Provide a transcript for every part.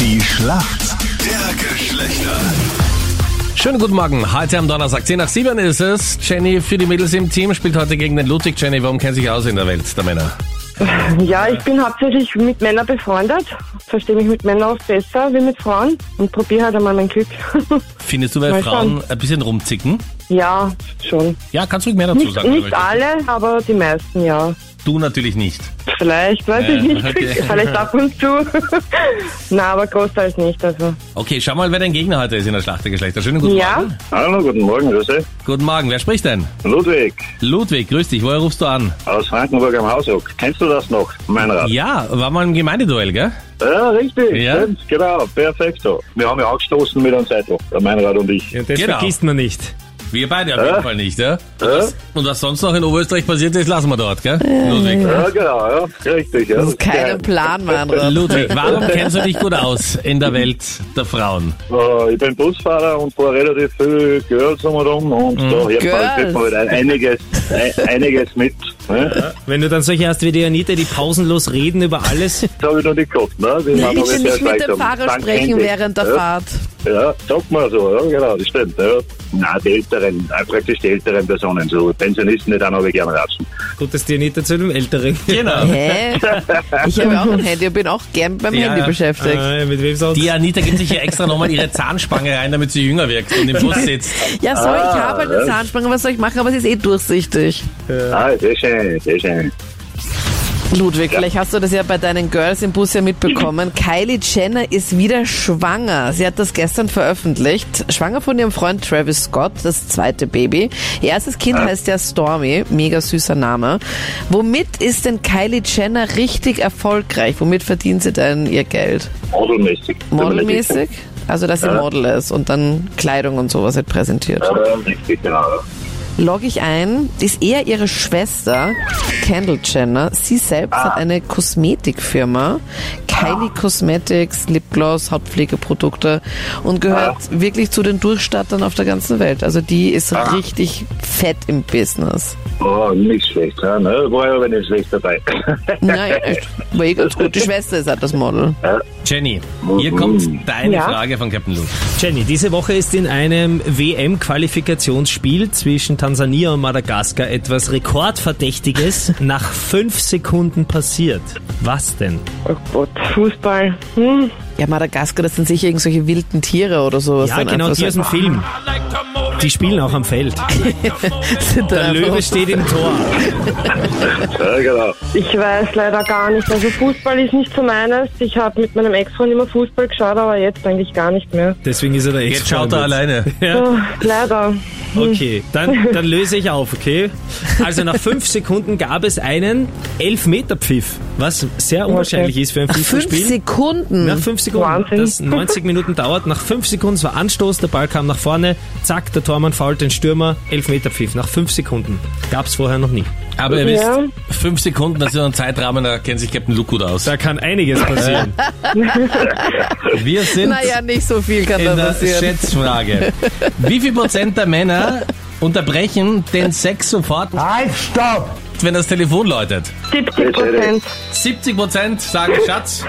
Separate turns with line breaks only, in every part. Die Schlacht der Geschlechter.
Schönen guten Morgen. Heute am Donnerstag, 10 nach 7 ist es. Jenny für die Mädels im Team spielt heute gegen den Ludwig. Jenny, warum kennt sich aus in der Welt der Männer?
Ja, ich bin hauptsächlich mit Männern befreundet, verstehe mich mit Männern oft besser wie mit Frauen und probiere halt einmal mein Glück.
Findest du bei
Mal
Frauen ein bisschen rumzicken?
ja, schon.
Ja, kannst du mehr dazu
Nicht,
sagen?
nicht alle, aber die meisten, ja.
Du natürlich nicht.
Vielleicht, weiß
Ja,
ich nicht,
okay.
vielleicht ab und zu. Na, aber großteils nicht, also.
Okay, schau mal, wer dein Gegner heute ist in der Schlacht der Geschlechter. Schönen guten
Ja.
Morgen.
Hallo, guten Morgen, grüß dich.
Guten Morgen, wer spricht denn?
Ludwig
Ludwig, grüß dich, woher rufst du an?
aus Frankenburg am Haushock. Kennst du das noch, mein Rat?
Ja, war mal im Gemeindeduell, gell?
Ja, richtig.
Ja.
Stimmt, genau, perfekto. Wir haben ja angestoßen mit einem Zeitloch, der Meinrad und ich.
Ja, das
Genau.
vergisst man nicht.
Wir beide auf jeden Fall nicht, ja?
Ja,
Und was sonst noch in Oberösterreich passiert ist, lassen wir dort, gell? Ludwig.
ja genau, ja, richtig. Ja.
Das ist kein Plan, Manfred.
Ludwig, warum kennst du dich gut aus in der Welt der Frauen?
Äh, Ich bin Busfahrer und fahre relativ viel Girls um und um und
Mhm.
da hört man halt- kriegt man halt ein- einiges, ein, einiges mit. Ne?
Wenn du dann solche hast wie die Anita, die pausenlos reden über alles.
Das habe ich noch nicht gehabt. Ne? Die Mama
Bitte
wird
nicht
ja
mit
gesagt
dem
haben.
Fahrer
Dank
sprechen
Handy.
während der
ja.
Fahrt.
Ja, sagt man so, ja, genau, das stimmt. Ja. Nein, die älteren, äh, praktisch die älteren Personen, so Pensionisten, die dann habe ich gerne ratschen.
Gut, dass die Anita zu dem Älteren.
Genau.
Hä? Ich habe auch ein Handy und bin auch gern beim
Ja,
Handy
ja.
beschäftigt.
Äh, mit wem sonst?
Die Anita gibt sich hier extra nochmal ihre Zahnspange rein, damit sie jünger wirkt und im Bus sitzt.
Ja, so, ich habe halt eine Zahnspange, was soll ich machen? Aber sie ist eh durchsichtig.
Ah, sehr schön, sehr schön.
Ludwig, vielleicht hast du das ja bei deinen Girls im Bus ja mitbekommen. Kylie Jenner ist wieder schwanger. Sie hat das gestern veröffentlicht. Schwanger von ihrem Freund Travis Scott, das zweite Baby. Ihr erstes Kind heißt ja Stormy, mega süßer Name. Womit ist denn Kylie Jenner richtig erfolgreich? Womit verdient sie denn ihr Geld?
Modelmäßig.
Modelmäßig? Also, dass sie Model ist und dann Kleidung und sowas hat präsentiert.
Ja, richtig, genau. ja.
Log ich ein, ist eher ihre Schwester, Kendall Jenner. Sie selbst hat eine Kosmetikfirma, Kylie Cosmetics, Lipgloss, Hautpflegeprodukte und gehört wirklich zu den Durchstattern auf der ganzen Welt. Also die ist richtig fett im Business.
Oh, nicht schlecht, ja, ne? War ja aber nicht schlecht dabei.
Naja, echt, war eh ganz gut. Die Schwester ist halt das Model.
Jenny, hier
Mhm,
kommt deine
Ja.
Frage von Captain Luke.
Jenny, diese Woche ist in einem WM-Qualifikationsspiel zwischen Tansania und Madagaskar etwas Rekordverdächtiges nach fünf Sekunden passiert. Was denn?
Oh Gott, Fußball. Hm,
Ja, Madagaskar, das sind sicher irgendwelche wilden Tiere oder sowas.
ja,
dann
genau,
einfach
die aus dem Film. Die spielen auch am Feld.
so, sind
Der
dann
Löwe
einfach-
steht im Tor.
Ja, genau.
ich weiß leider gar nicht. Also Fußball ist nicht so meines. Ich habe mit meinem Ex-Freund immer Fußball geschaut, aber jetzt eigentlich gar nicht mehr.
Deswegen ist er der
Jetzt schaut er alleine.
Oh, leider.
Okay, dann, dann löse ich auf, okay? Also nach fünf Sekunden gab es einen Elfmeterpfiff, was sehr unwahrscheinlich ist für ein
Fünf
Fußballspiel.
Sekunden.
Nach fünf Sekunden,
Wahnsinn.
das 90 Minuten dauert. Nach fünf Sekunden, es war Anstoß, der Ball kam nach vorne, zack, der Tormann fault den Stürmer, Elfmeterpfiff. Nach fünf Sekunden. Gab's vorher noch nie.
Aber ihr wisst,
Ja.
fünf Sekunden, das ist ein Zeitrahmen, da kennt sich Captain Luke gut aus.
Da kann einiges passieren.
Wir sind
naja, nicht so viel kann
in
da
der
passieren.
Schätzfrage. Wie viel Prozent der Männer unterbrechen den Sex sofort,
Halt, stopp!
wenn das Telefon läutet?
70 Prozent.
70 Prozent sagen, Schatz,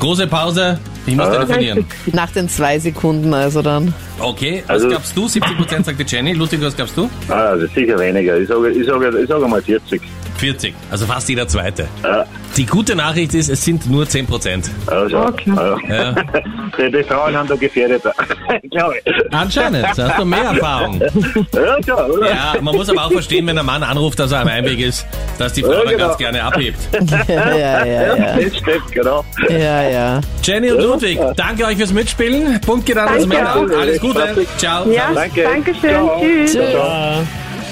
große Pause, ich muss
Ah.
telefonieren.
Nach den zwei Sekunden also dann.
Okay, was
Also-
gabst du? 70 Prozent sagte Jenny. Ludwig, was gabst du?
Ah, das ist sicher weniger. Ich sage, ich sage, ich sage mal 40.
40. Also fast jeder Zweite.
Ja.
Die gute Nachricht ist, es sind nur 10 Prozent.
Also,
Okay.
Ja.
Die, die Frauen haben da gefährdet. Glaube ich.
Anscheinend, hast du mehr Erfahrung.
Ja, klar, oder?
Ja, man muss aber auch verstehen, wenn ein Mann anruft, dass er am Einweg ist, dass die Frau
Ja,
dann
genau.
ganz gerne abhebt.
Ja, ja, ja, ja.
Das stimmt, genau.
Ja, ja.
Jenny und Ludwig, danke euch fürs Mitspielen. Punkt geht an uns
Danke
Männer.
auch.
Alles Gute.
Patrick.
Ciao.
Ja,
Danke.
danke schön.
Ciao.
Tschüss.
Tschüss.
Ja.